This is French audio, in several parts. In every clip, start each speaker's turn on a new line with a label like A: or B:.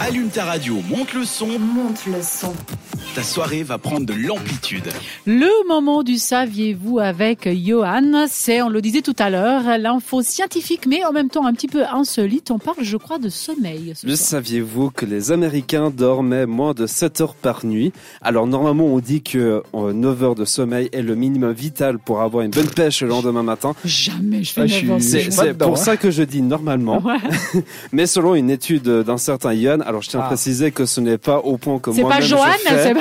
A: Allume ta radio, monte le son,
B: Monte le son.
A: ta soirée va prendre de l'amplitude.
C: Le moment du saviez-vous avec Johan, c'est, on le disait tout à l'heure, l'info scientifique, mais en même temps un petit peu insolite. On parle, je crois, de sommeil. ce
D: Le
C: soir.
D: saviez-vous que les Américains dormaient moins de 7 heures par nuit Alors normalement on dit que euh, 9 heures de sommeil est le minimum vital pour avoir une bonne pêche le lendemain matin.
C: Jamais je fais
E: Ah, je suis-
C: une avance.
E: Je
D: C'est
E: suis
C: Ouais.
E: pas
D: c'est
E: dedans,
D: pour
E: hein.
D: ça que je dis normalement, mais selon une étude euh, d'un certain Yann, alors je tiens à
E: Ah.
D: préciser que ce n'est pas au point que
C: C'est
D: moi
C: pas Johan, c'est pas...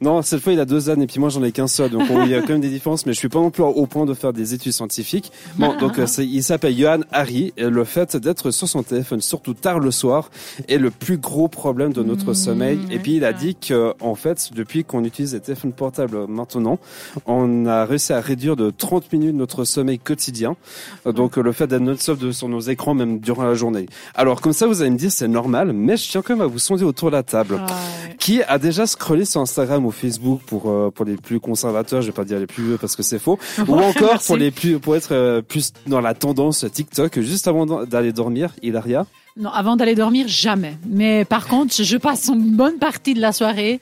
D: Non, cette fois il a deux ânes et puis moi j'en ai qu'un seul, donc on- il y a quand même des différences, mais je suis pas non plus au point de faire des études scientifiques. Bon, donc euh, c'est- il s'appelle Johan Harry et le fait d'être sur son téléphone, surtout tard le soir, est le plus gros problème de notre
C: Mmh,
D: sommeil. Et puis il a
C: ouais.
D: dit que en fait, depuis qu'on utilise les téléphones portables maintenant, on a réussi à réduire de 30 minutes notre sommeil quotidien. Euh, Donc euh, le fait d'être non-stop de- sur nos écrans même durant la journée. Alors comme ça, vous allez me dire c'est normal, mais je tiens quand même à vous sonder autour de la
C: Ah.
D: table. Qui a déjà scrollé sur Instagram ou Facebook pour euh, pour les plus conservateurs, je vais pas dire les plus vieux parce que c'est faux, ou encore
C: Merci.
D: pour les plus pour être euh, plus dans la tendance TikTok juste avant d'en- d'aller dormir, Hilaria.
C: Non, avant d'aller dormir, jamais. Mais par contre, je- je passe une bonne partie de la soirée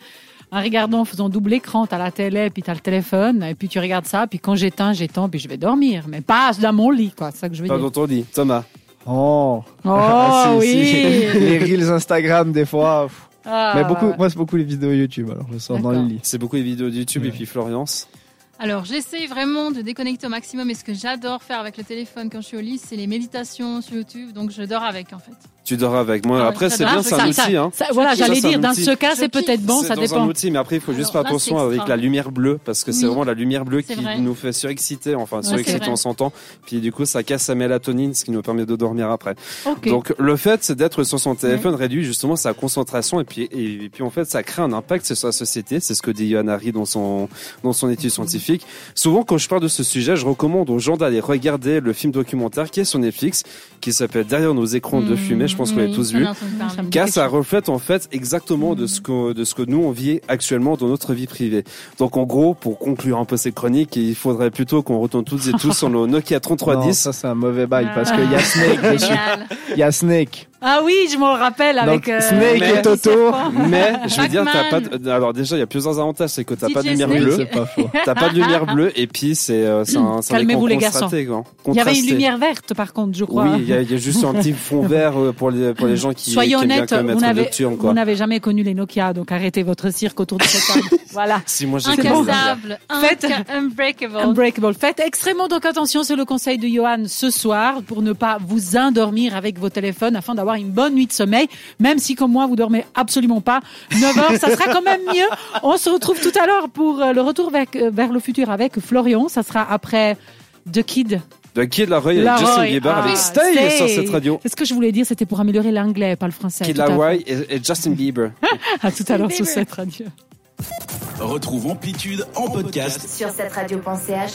C: en regardant, en faisant double écran. T'as la télé, puis t'as le téléphone, et puis tu regardes ça, puis quand j'éteins, j'éteins, puis je vais dormir. Mais pas dans mon lit, quoi. C'est ça que je veux
D: Pas
C: dire.
D: dans ton lit, Thomas.
E: Oh,
C: Oh
E: Ah, si,
C: oui
E: si. Les reels Instagram, des fois. pff.
C: Ah,
E: Mais beaucoup,
C: ouais, ouais.
E: moi, c'est beaucoup les vidéos YouTube, alors je sors dans le
C: D'accord.
E: lit.
D: C'est beaucoup les vidéos de YouTube
E: Ouais.
D: et puis Florence.
F: Alors, j'essaye vraiment de déconnecter au maximum. Et ce que j'adore faire avec le téléphone quand je suis au lit, c'est les méditations sur YouTube. Donc, je dors avec, en fait.
D: Tu dors avec moi.
F: Ah,
D: après c'est bien,
F: j'adore. Ah,
D: c'est un
C: ça,
D: outil. Hein.
C: Ça, voilà,
D: Ça,
C: j'allais
D: c'est un
C: dire, dans
D: outil.
C: ce cas, c'est
F: Je
C: peut-être bon,
D: C'est
C: ça
D: dans
C: dépend.
D: un outil, mais après il faut juste faire
F: Alors là,
D: attention
F: c'est
D: avec
F: extra.
D: la lumière bleue parce que c'est
F: Oui.
D: vraiment la lumière bleue
F: C'est
D: qui
F: vrai.
D: nous fait surexciter, enfin
F: Ouais, c'est
D: surexciter
F: vrai.
D: on s'entend. Puis du coup ça casse sa mélatonine, ce qui nous permet de dormir après.
C: Ok.
D: Donc le fait c'est d'être sur son téléphone réduit justement sa concentration et puis et, puis en fait ça crée un impact sur la société, c'est ce que dit Johan Hari dans son dans son étude scientifique. Souvent quand je parle de ce sujet, je recommande aux gens d'aller regarder le film documentaire qui est sur Netflix qui s'appelle Derrière nos écrans
E: Hmm.
D: de
C: Mmh,
D: fumée, je pense qu'on l'a tous
F: Ça
D: vu.
F: m'a entendu parler.
C: Ça me
D: Car ça reflète en fait exactement de ce que de ce que nous on vit actuellement dans notre vie privée. Donc en gros, pour conclure un peu ces chroniques, il faudrait plutôt qu'on retourne toutes et tous sur nos Nokia
E: Non,
D: 3310.
E: ça, c'est un mauvais bail parce qu'il y a Snake dessus.
F: Génial.
E: Il y a Snake.
C: Ah oui, je m'en rappelle avec... euh,
E: Donc, Snake
D: mais-
E: et Toto.
D: Mais je veux dire, t'as pas.
F: Pac-Man.
D: De... Alors déjà, il y a plusieurs avantages, c'est que t'as
F: DJ
D: pas de lumière
F: Snake.
E: Oui,
D: bleue,
E: c'est pas faux.
D: t'as pas de lumière bleue, et puis c'est euh, c'est un. c'est un
C: Hum. Calmez-vous,
D: écran
C: les garçons.
D: contrasté,
C: Il
D: quoi.
C: y avait une
D: Contrasté.
C: lumière verte, par contre, je crois.
D: Oui, il y, a- il y a juste un petit fond vert euh, pour les pour les gens qui, qui
C: Soyons
D: aiment bien
C: honnêtes,
D: quand même
C: on
D: être
C: avait-
D: nocturne,
C: on
D: quoi.
C: n'avait jamais connu les Nokia, donc arrêtez votre cirque autour de cette table. voilà.
D: Si moi j'ai connu ça.
F: Incassable.
C: Faites-
F: inca- Unbreakable.
C: Unbreakable. Faites extrêmement donc attention, c'est le conseil de Johan ce soir pour ne pas vous endormir avec vos téléphones afin d'avoir une bonne nuit de sommeil, même si comme moi vous dormez absolument pas. 9 heures, ça sera quand même mieux. On se retrouve tout à l'heure pour euh, le retour vers, euh, vers le futur avec Florian. Ça sera après The Kid.
D: De Kid Laroi et
C: Laroi,
D: Justin Bieber
C: ah,
D: avec Stay
C: Stay.
D: sur cette radio.
C: C'est ce que je voulais dire, c'était pour améliorer l'anglais, pas le français.
D: Kid
C: Tout à fait.
D: Laroi et, et Justin Bieber.
C: À tout à l'heure sur cette radio.
A: Retrouve Amplitude en podcast
B: Sur cette radio.ch.